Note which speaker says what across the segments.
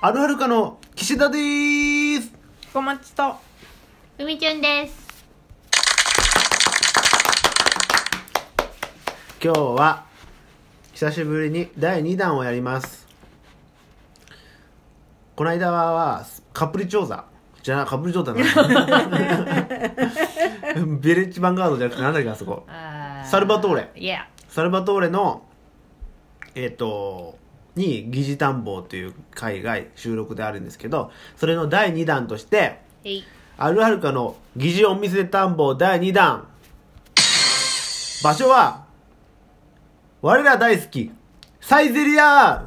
Speaker 1: あるはるかの岸田でーす
Speaker 2: 小松と
Speaker 3: 海ちゃんです
Speaker 1: 今日は久しぶりに第2弾をやりますこの間はカプリ調査じゃなカプリ調査な ベレッジヴァンガードじゃなくてなんだっけあそこサルバトーレ
Speaker 3: いや
Speaker 1: サルバトーレのえっ、とに疑似探訪という海外収録であるんですけどそれの第2弾として
Speaker 3: えい
Speaker 1: あるはるかの疑似お店探訪第2弾。場所は、我ら大好き、サイゼリア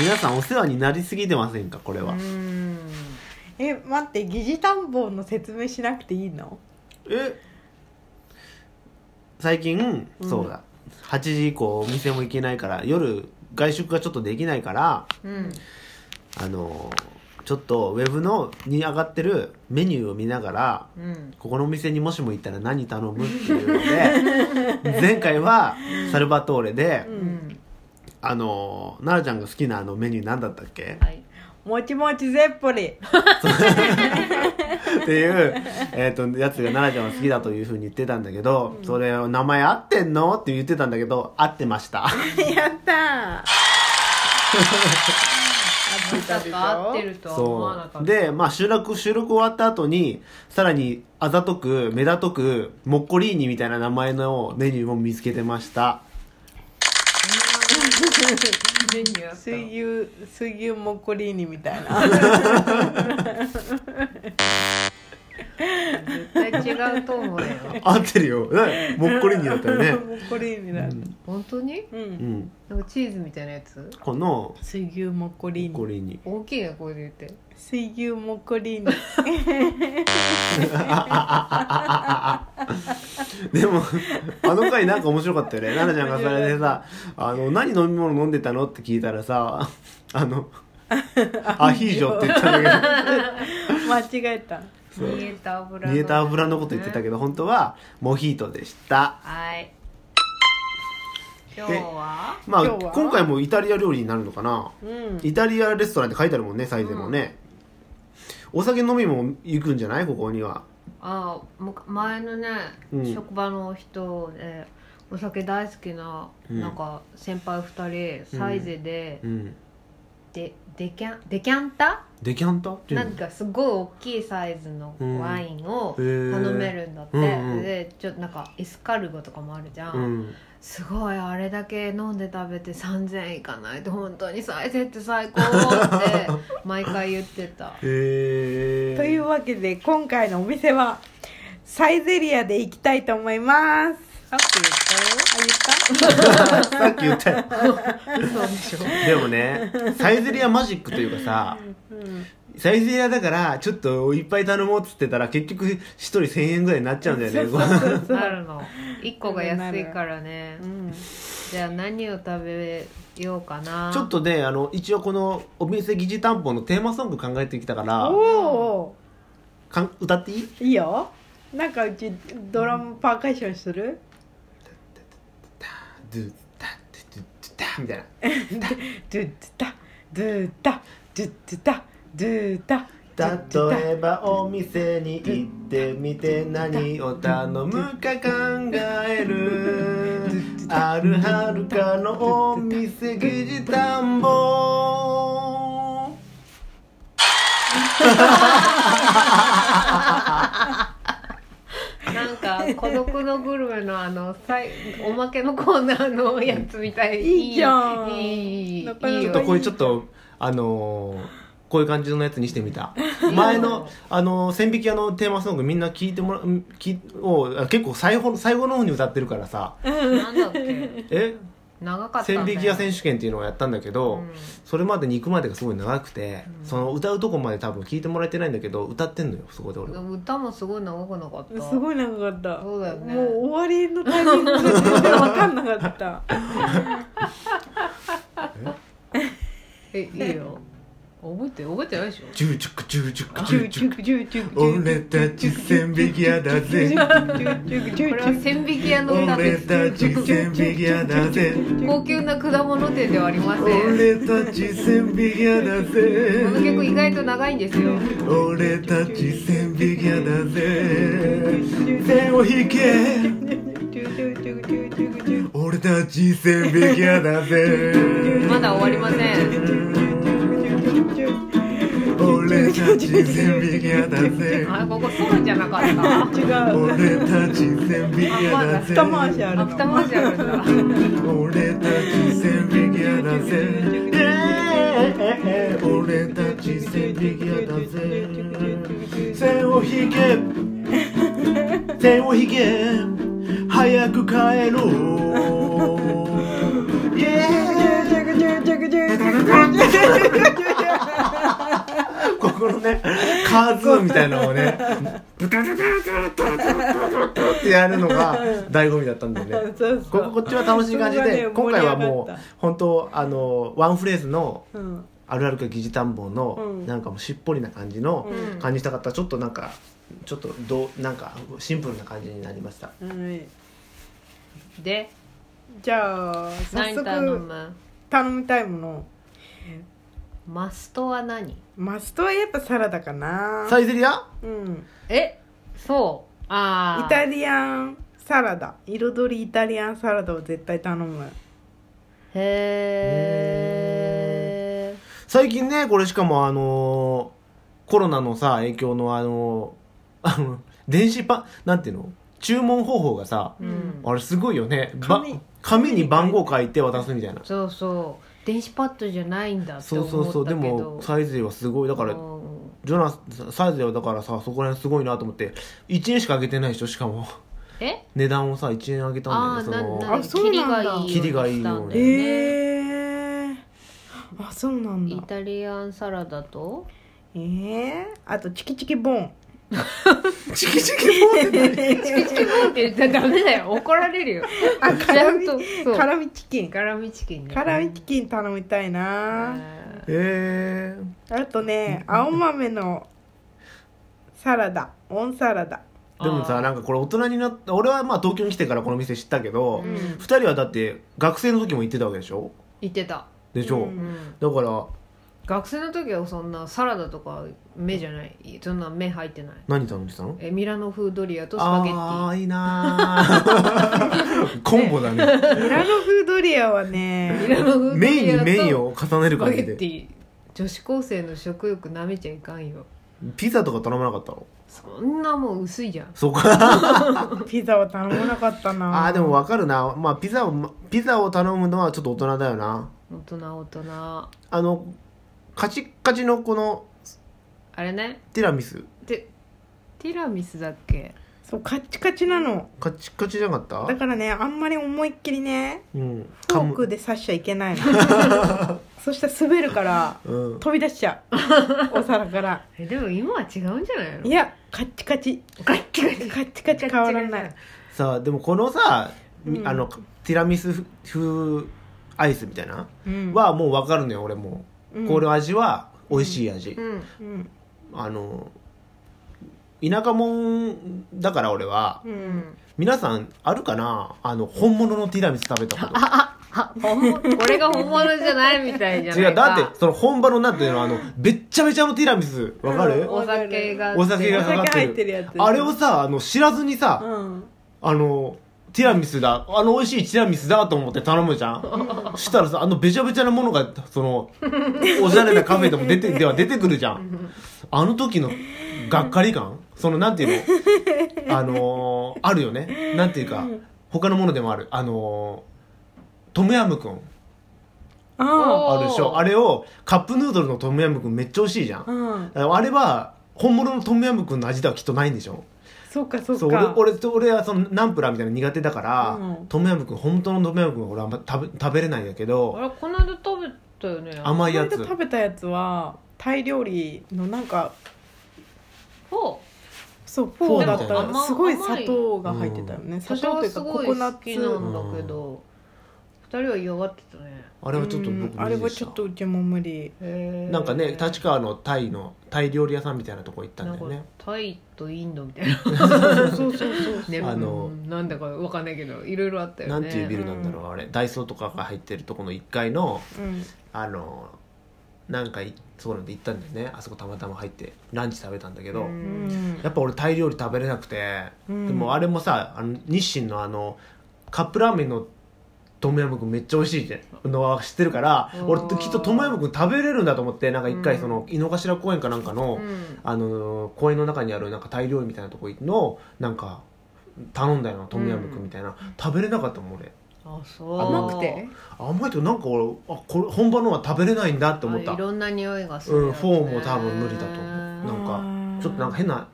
Speaker 1: 皆さんお世話になりすぎてませんかこれは。
Speaker 2: え待って疑似探訪の説明しなくていいの
Speaker 1: え最近、そうだ。8時以降お店も行けないから、夜外食がちょっとできないから、
Speaker 2: うん
Speaker 1: あのちょっとウェブのに上がってるメニューを見ながら、
Speaker 2: うん
Speaker 1: ここのお店にもしも行ったら何頼むっていうので 前回はサルバトーレで、
Speaker 2: うん
Speaker 1: あの奈々ちゃんが好きなあのメニュー何だったっけ
Speaker 3: はい
Speaker 2: もちもちゼッポ リ
Speaker 1: っていう、えー、とやつが奈々ちゃんは好きだというふうに言ってたんだけど、それを名前合ってんのって言ってたんだけど合ってました
Speaker 2: やったー
Speaker 3: まさか合ってるとは思わなかった
Speaker 1: そうで、まあ、収録収録終わった後にさらにあざとく目立とくモッコリーニみたいな名前のメニューも見つけてました
Speaker 3: メニューあった
Speaker 2: 水
Speaker 3: の
Speaker 2: 牛水牛モッコリーニみたいな
Speaker 3: 絶対違うと思 うよ
Speaker 1: 合ってるよねモッコリーニだったよ
Speaker 2: モ
Speaker 1: ね
Speaker 2: ッコリーニだ
Speaker 3: 本当に
Speaker 2: うん、
Speaker 1: うん
Speaker 3: なんかチーズみたいなやつ
Speaker 1: この
Speaker 2: 水牛モッコリー
Speaker 1: こ
Speaker 2: ニ
Speaker 1: れに
Speaker 3: 大きいなこれで言って
Speaker 2: 水牛モッコリ ーニ
Speaker 1: でもあの回なんか面白かったよね奈々ちゃんがそれでさ「あの何飲み物飲んでたの?」って聞いたらさ「あのアヒージョ」って言ったんだ
Speaker 2: 間違えた
Speaker 1: けどそう
Speaker 3: 煮えた油の
Speaker 1: 煮えた油のこと言ってたけど本当はモヒートでした
Speaker 3: はい今日は
Speaker 1: まあ
Speaker 2: 今日は
Speaker 1: 今回もイタリア料理になるのかな
Speaker 2: うん
Speaker 1: イタリアレストランって書いてあるもんねサイゼもね、お酒飲みも行くんじゃないここには
Speaker 3: あむか前のね、
Speaker 1: うん
Speaker 3: 職場の人でお酒大好きな、
Speaker 1: うん
Speaker 3: なんか先輩2人サイゼで、
Speaker 1: うん
Speaker 3: でデキャンデキャンタ
Speaker 1: デキャンタっていうの
Speaker 3: なんかすごい大きいサイズのワインを
Speaker 1: うんへー
Speaker 3: 頼めるんだって、
Speaker 1: うんうん
Speaker 3: でちょっとなんかエスカルゴとかもあるじゃん、
Speaker 1: うん
Speaker 3: すごいあれだけ飲んで食べて3000円いかないと本当にサイゼって最高 って毎回言ってた
Speaker 1: へえ
Speaker 2: というわけで今回のお店はサイゼリアで行きたいと思います
Speaker 3: さっき言ったよ
Speaker 1: さっき言ったよ
Speaker 3: あ言ったそうでしょ
Speaker 1: でもねサイゼリアマジックというかさサイゼリアだからちょっといっぱい頼もうっつってたら結局1人1000円ぐらいになっちゃうんだよね
Speaker 3: なるの1個が安いからね
Speaker 2: うん
Speaker 3: じゃあ何を食べようかな
Speaker 1: ちょっとねあの一応このお店疑似担保のテーマソング考えてきたから
Speaker 2: おお
Speaker 1: かん歌っていい
Speaker 2: いいよなんかうちドラムパーカッションする、
Speaker 1: ドゥッタドゥッタドゥッタみたいな
Speaker 2: ドゥッタドゥッタドゥッタドゥッタ
Speaker 1: 例えばお店に行ってみて何を頼むか考えるあるはるかのお店疑似探訪
Speaker 3: なんか孤独のグルメのあのさいおまけのコーナーのやつみたい
Speaker 2: いいじゃん
Speaker 3: いいいい
Speaker 2: なかなか
Speaker 3: い
Speaker 1: ちょ
Speaker 3: いよ
Speaker 1: っとこれちょっとあのーこういう感じのやつにしてみた前の、あのー千匹屋のテーマソングみんな聞いてもらうん聞いをあ結構最後の最後の方に歌ってるからさ
Speaker 3: なんだっ け
Speaker 1: え
Speaker 3: 長かったんだ
Speaker 1: 千
Speaker 3: よ
Speaker 1: 匹屋選手権っていうのをやったんだけど、
Speaker 3: うん
Speaker 1: それまでに行くまでがすごい長くて、その歌うとこまで多分聞いてもらえてないんだけど歌ってんのよそこで俺は
Speaker 3: 歌もすごい長くなかった
Speaker 2: すごい長かった
Speaker 3: そうだよね
Speaker 2: もう終わりのタイミングが全然分かんなかった
Speaker 3: えいいよ覚えて覚えてない でしょ
Speaker 1: チューチュクチューチュクチ
Speaker 2: チ
Speaker 1: ュ
Speaker 2: ュ
Speaker 1: ー
Speaker 2: ー
Speaker 1: チ
Speaker 2: チ
Speaker 1: ュ
Speaker 2: ュ
Speaker 1: ク
Speaker 2: クチューチュク
Speaker 1: 俺たち千匹屋だぜ
Speaker 3: これは千匹屋の歌で
Speaker 1: 俺
Speaker 3: す
Speaker 1: たち千匹屋だぜ
Speaker 3: 高級な果物店ではありませんこ
Speaker 1: 俺たち千匹屋だ
Speaker 3: の曲
Speaker 1: ぜ
Speaker 3: 意外と長いんです よ
Speaker 1: 俺たち千匹屋だぜ線を引け俺たち千匹屋だぜ
Speaker 3: まだ終わりません
Speaker 1: 俺たち千匹屋だぜ
Speaker 3: あれここソロじゃなか った
Speaker 1: 俺たち千匹屋だぜ
Speaker 2: 二回しある
Speaker 3: アフターマージャルだ
Speaker 1: 俺たち千匹屋だぜ俺たち千匹屋だぜ線を引け線を引け早く帰ろうイエーイここのねカーズーみたいなのをねブタタタタタタタってやるのが醍醐味だったんだよね
Speaker 2: そうそう
Speaker 1: こここっちは楽しい感じ
Speaker 2: ここが
Speaker 1: で
Speaker 2: ね
Speaker 1: 今回はも
Speaker 2: 盛り上が
Speaker 1: う
Speaker 2: った
Speaker 1: 本当あのワンフレーズの
Speaker 2: うん
Speaker 1: 「あるあるか疑似探訪」
Speaker 2: う
Speaker 1: の
Speaker 2: ん
Speaker 1: なんかもうしっぽりな感じの
Speaker 3: うん
Speaker 1: 感じしたかったらちょっとなんかちょっとどうなんかシンプルな感じになりました
Speaker 2: はい
Speaker 3: で
Speaker 2: じゃあ早
Speaker 3: 何頼
Speaker 2: 速
Speaker 3: む
Speaker 2: 頼みたいもの
Speaker 3: マストは何
Speaker 2: マストはやっぱサラダかな
Speaker 1: サイゼリア
Speaker 2: うん
Speaker 3: えそうあ
Speaker 2: イ
Speaker 3: あ
Speaker 2: タリアンサラダ彩りイタリアンサラダを絶対頼む
Speaker 3: へえ
Speaker 1: 最近ねこれしかもあのーコロナのさ影響のあのーあ の電子パンなんていうの注文方法がさ
Speaker 3: うん
Speaker 1: あれすごいよねば
Speaker 2: 紙
Speaker 1: 紙に番号書いて渡すみたいな
Speaker 3: そうそう電子パッドじゃないんだって
Speaker 1: そう
Speaker 3: 思ったけ
Speaker 1: そうそ
Speaker 3: ど
Speaker 1: うでもサイゼリアはすごいだから
Speaker 3: うん
Speaker 1: ジョナスサイゼリアはだからさそこら辺すごいなと思って1円しか上げてないでしょしかも
Speaker 3: え
Speaker 1: 値段をさ1円上げた
Speaker 3: あ
Speaker 1: ん
Speaker 3: ー
Speaker 1: だ
Speaker 3: な
Speaker 1: よねその
Speaker 3: な
Speaker 2: あそうなんだ
Speaker 3: キリがいいようにしたんだよね
Speaker 2: ええあそうなんだ
Speaker 3: イタリアンサラダと
Speaker 2: ええあとチキチキボン
Speaker 1: チキチキボーンって何
Speaker 3: チキチキボンって言っちゃダメだよ怒られるよ
Speaker 2: あ辛み
Speaker 3: ちゃんとそう
Speaker 2: 辛みチキン
Speaker 3: 辛味チキンね
Speaker 2: 辛みチキン頼みたい
Speaker 3: あ
Speaker 2: な
Speaker 3: ー
Speaker 1: えー
Speaker 2: あとね青豆のサラダオンサラダ
Speaker 1: でもさ
Speaker 3: あー
Speaker 1: なんかこれ大人になった俺はまあ東京に来てからこの店知ったけど、
Speaker 3: う
Speaker 1: 二
Speaker 3: ん
Speaker 1: 2人はだって学生の時も行ってたわけでしょ
Speaker 3: 言ってた
Speaker 1: でしょ、
Speaker 2: うん
Speaker 3: うん
Speaker 1: だから
Speaker 3: 学生の時はそんなサラダとか目じゃないそんな目入ってない
Speaker 1: 何頼んでたの
Speaker 3: えミラノ風ドリアとスパゲ
Speaker 1: あ
Speaker 3: ッ
Speaker 1: あいいな ーコンボだね
Speaker 2: ミラノ風ドリアは
Speaker 3: ティ
Speaker 2: ね
Speaker 3: ミラノ風ド
Speaker 1: メイン
Speaker 3: リア
Speaker 1: に
Speaker 3: と
Speaker 1: メインを重ねる
Speaker 3: スパ
Speaker 1: 感じ
Speaker 3: ゲッテ
Speaker 1: で
Speaker 3: ィ女子高生の食欲なめちゃいかんよ
Speaker 1: ピザとか頼まなかったの
Speaker 3: そんなもう薄いじゃん
Speaker 1: そうか
Speaker 2: ピザは頼まなかったな
Speaker 1: あーでも分かるなまあピザをまピザを頼むのはちょっと大人だよな
Speaker 3: 大人大人あ
Speaker 1: あのカチッカチのこの
Speaker 3: れね
Speaker 1: ティラミス
Speaker 3: てティラミスだっけ
Speaker 2: そうカッチカチなの
Speaker 1: カチッカチじゃなかっ
Speaker 2: だ
Speaker 1: た
Speaker 2: からねあんまり思いっきりね
Speaker 1: うん
Speaker 2: フ
Speaker 1: 噛
Speaker 2: ォーク
Speaker 1: む
Speaker 2: で刺しちゃいけな いのそしたら滑るから
Speaker 1: うん
Speaker 2: 飛び出しちゃうお皿から
Speaker 3: えでも今は違うんじゃないの
Speaker 2: いやカッチカチ
Speaker 3: ガ ッチガチ
Speaker 2: カッチカチ変わらない
Speaker 1: さあでもこのさ、
Speaker 2: うん
Speaker 1: あのティラミス風アイスみたいな、
Speaker 2: うん
Speaker 1: はもう分かるのよ俺も、
Speaker 2: うん
Speaker 1: この味は美味しい味、
Speaker 3: うん
Speaker 2: うん
Speaker 1: あの田舎もんだから俺は、
Speaker 2: うん
Speaker 1: 皆さんあるかなあの本物のティラミス食べたこと
Speaker 3: あ本物これが本物じゃないみたいじゃないか
Speaker 1: 違うだってその本場のなんていうのあのべっちゃべちゃのティラミスわかる、
Speaker 2: うん
Speaker 3: お酒が
Speaker 1: お酒がかかっ
Speaker 2: お酒
Speaker 1: て
Speaker 2: 入
Speaker 1: る
Speaker 2: ってるやつ
Speaker 1: あれをさあの知らずにさ、
Speaker 2: うん
Speaker 1: あのティラミスだあの美味しいティラミスだと思って頼むじゃんしたらさあのべちゃべちゃなものがそのおしゃれなカフェでも出てでは出てくるじゃんあの時のがっかり感そのなんていうのあのーあるよねなんていうか他のものでもあるあのートムヤムクン
Speaker 2: あ
Speaker 1: あるでしょあれをカップヌードルのトムヤムクンめっちゃ美味しいじゃ
Speaker 2: あうんん
Speaker 1: あれは本物のトムヤムクンの味ではきっとないんでしょ
Speaker 2: そうかそう
Speaker 1: そう
Speaker 2: か
Speaker 1: 俺俺俺はそのナンプラーみたいなの苦手だから、
Speaker 2: うん
Speaker 1: トムヤムクン本当のトムヤムクンは俺あんま食べ食べれないんだけ
Speaker 3: あ
Speaker 1: ど
Speaker 3: れこの間食べたよね
Speaker 1: 甘い
Speaker 2: この
Speaker 1: や
Speaker 2: 間
Speaker 1: つ
Speaker 2: 食べたやつはタイ料理のなんか
Speaker 3: ほ
Speaker 2: そうフォーだっ
Speaker 1: フォーみたい
Speaker 2: た
Speaker 1: な
Speaker 2: のすごい砂糖が入ってたよね
Speaker 3: う
Speaker 2: 砂
Speaker 3: 私
Speaker 2: 糖
Speaker 3: は
Speaker 2: という
Speaker 3: す
Speaker 2: か
Speaker 3: ご
Speaker 2: コ
Speaker 3: い
Speaker 2: コナ
Speaker 3: 好
Speaker 2: ッ
Speaker 3: きな
Speaker 2: ツ
Speaker 3: んだけど人は弱ってたね
Speaker 1: あれはちょっと僕
Speaker 2: うんあれはちょっとうちも無理
Speaker 1: なんかね
Speaker 3: か
Speaker 1: 立川のタイのタイ料理屋さんみたいなとこ行ったんだよね
Speaker 3: タイとインドみたいな
Speaker 2: そうそうそうそう
Speaker 3: ね
Speaker 1: あの
Speaker 3: うんなんだかわかんないけどいろいろあったよ
Speaker 1: な
Speaker 3: ね
Speaker 1: んていうビルなんだろうあれダイソーとかが入ってるとこの1階の
Speaker 2: うん
Speaker 1: あのなんかいそうなんで行ったんだよねあそこたまたま入ってランチ食べたんだけど、
Speaker 3: うん
Speaker 1: やっぱ俺タイ料理食べれなくて、
Speaker 2: うん
Speaker 1: でもあれもさあの日清のあのカップラーメンのトムヤムクンめっちゃ美味しいってのは知ってるから
Speaker 3: うん
Speaker 1: 俺きっとトムヤムクン食べれるんだと思ってなんか一
Speaker 3: う
Speaker 1: 回
Speaker 3: ん
Speaker 1: その井の頭公園かなんかの、
Speaker 3: うん
Speaker 1: あのー公園の中にあるなんかタイ料理みたいなとこのなんか頼んだよなトムヤムクンみたいな、食べれなかったもん俺
Speaker 3: あそう
Speaker 1: 甘
Speaker 2: くて
Speaker 1: 甘いけどなんか俺あこれ本場のは食べれないんだって思った
Speaker 3: あいろんな匂いがす
Speaker 1: う
Speaker 3: る
Speaker 1: ん
Speaker 3: やつ
Speaker 1: フ
Speaker 3: ね、
Speaker 1: ォーも多分無理だと思うなん
Speaker 2: あ
Speaker 1: か
Speaker 2: ー
Speaker 1: ちょっとなんか変な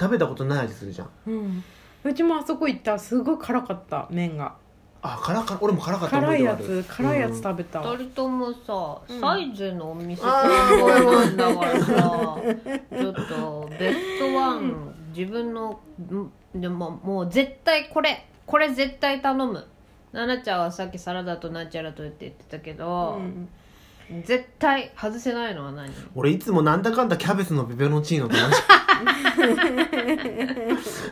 Speaker 1: 食べたことない味するじゃん
Speaker 2: うんうちもあそこ行ったすごい辛かった麺が
Speaker 1: あ辛か俺も辛かった
Speaker 2: 辛
Speaker 1: 覚え
Speaker 2: い
Speaker 1: ては
Speaker 2: や
Speaker 1: ある
Speaker 2: つ辛いやつ
Speaker 1: うん
Speaker 2: 食べた、
Speaker 3: 二人ともさ、
Speaker 2: うん
Speaker 3: サイズのお店すご
Speaker 1: あ
Speaker 3: いなんだか らさちょっとベストワン自分のんでももう絶対これこれ絶対頼む奈々ちゃんはさっきサラダとナチュラルとって言ってたけど、
Speaker 2: うん
Speaker 3: 絶対外せないのは何
Speaker 1: 俺いつもなんだかんだキャベツのペペロンチーノと同 じ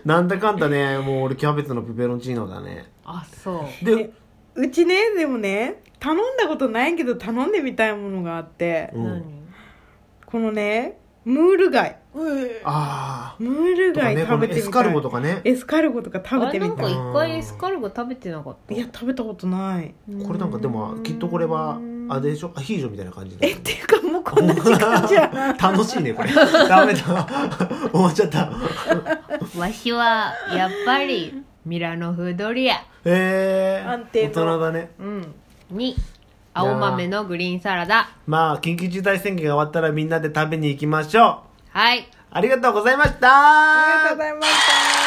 Speaker 1: なんだかんだねもう俺キャベツのペペロンチーノだね
Speaker 3: あそう
Speaker 1: で
Speaker 2: うちねでもね頼んだことないけど頼んでみたいものがあって、
Speaker 1: うん
Speaker 3: 何
Speaker 2: このねムール貝
Speaker 1: あ
Speaker 2: ムール
Speaker 1: あとか
Speaker 2: 貝
Speaker 1: ねこ
Speaker 2: 食べ
Speaker 1: の
Speaker 2: てみたい
Speaker 1: エスカルゴとかね
Speaker 2: エスカルゴとか食べ
Speaker 3: あ
Speaker 2: て
Speaker 3: れ
Speaker 2: み
Speaker 3: なん
Speaker 2: た
Speaker 3: か
Speaker 2: い
Speaker 3: 一回エスカルゴ食べてなかった
Speaker 2: いや食べたことない
Speaker 1: これなんかでもきっとこれはあれでしょアヒージョみたいな感じだ
Speaker 2: えっていうかもうこんな時 間じゃん
Speaker 1: 楽しいねこれダメだ終わっちゃった
Speaker 3: わしはやっぱりミラノフードリア
Speaker 1: えー、
Speaker 2: 安定の
Speaker 1: 大人だね
Speaker 3: うんに青豆のグリーンサラダ
Speaker 1: まあ緊急事態宣言が終わったらみんなで食べに行きましょう
Speaker 3: はい
Speaker 1: ありがとうございました
Speaker 2: ありがとうございました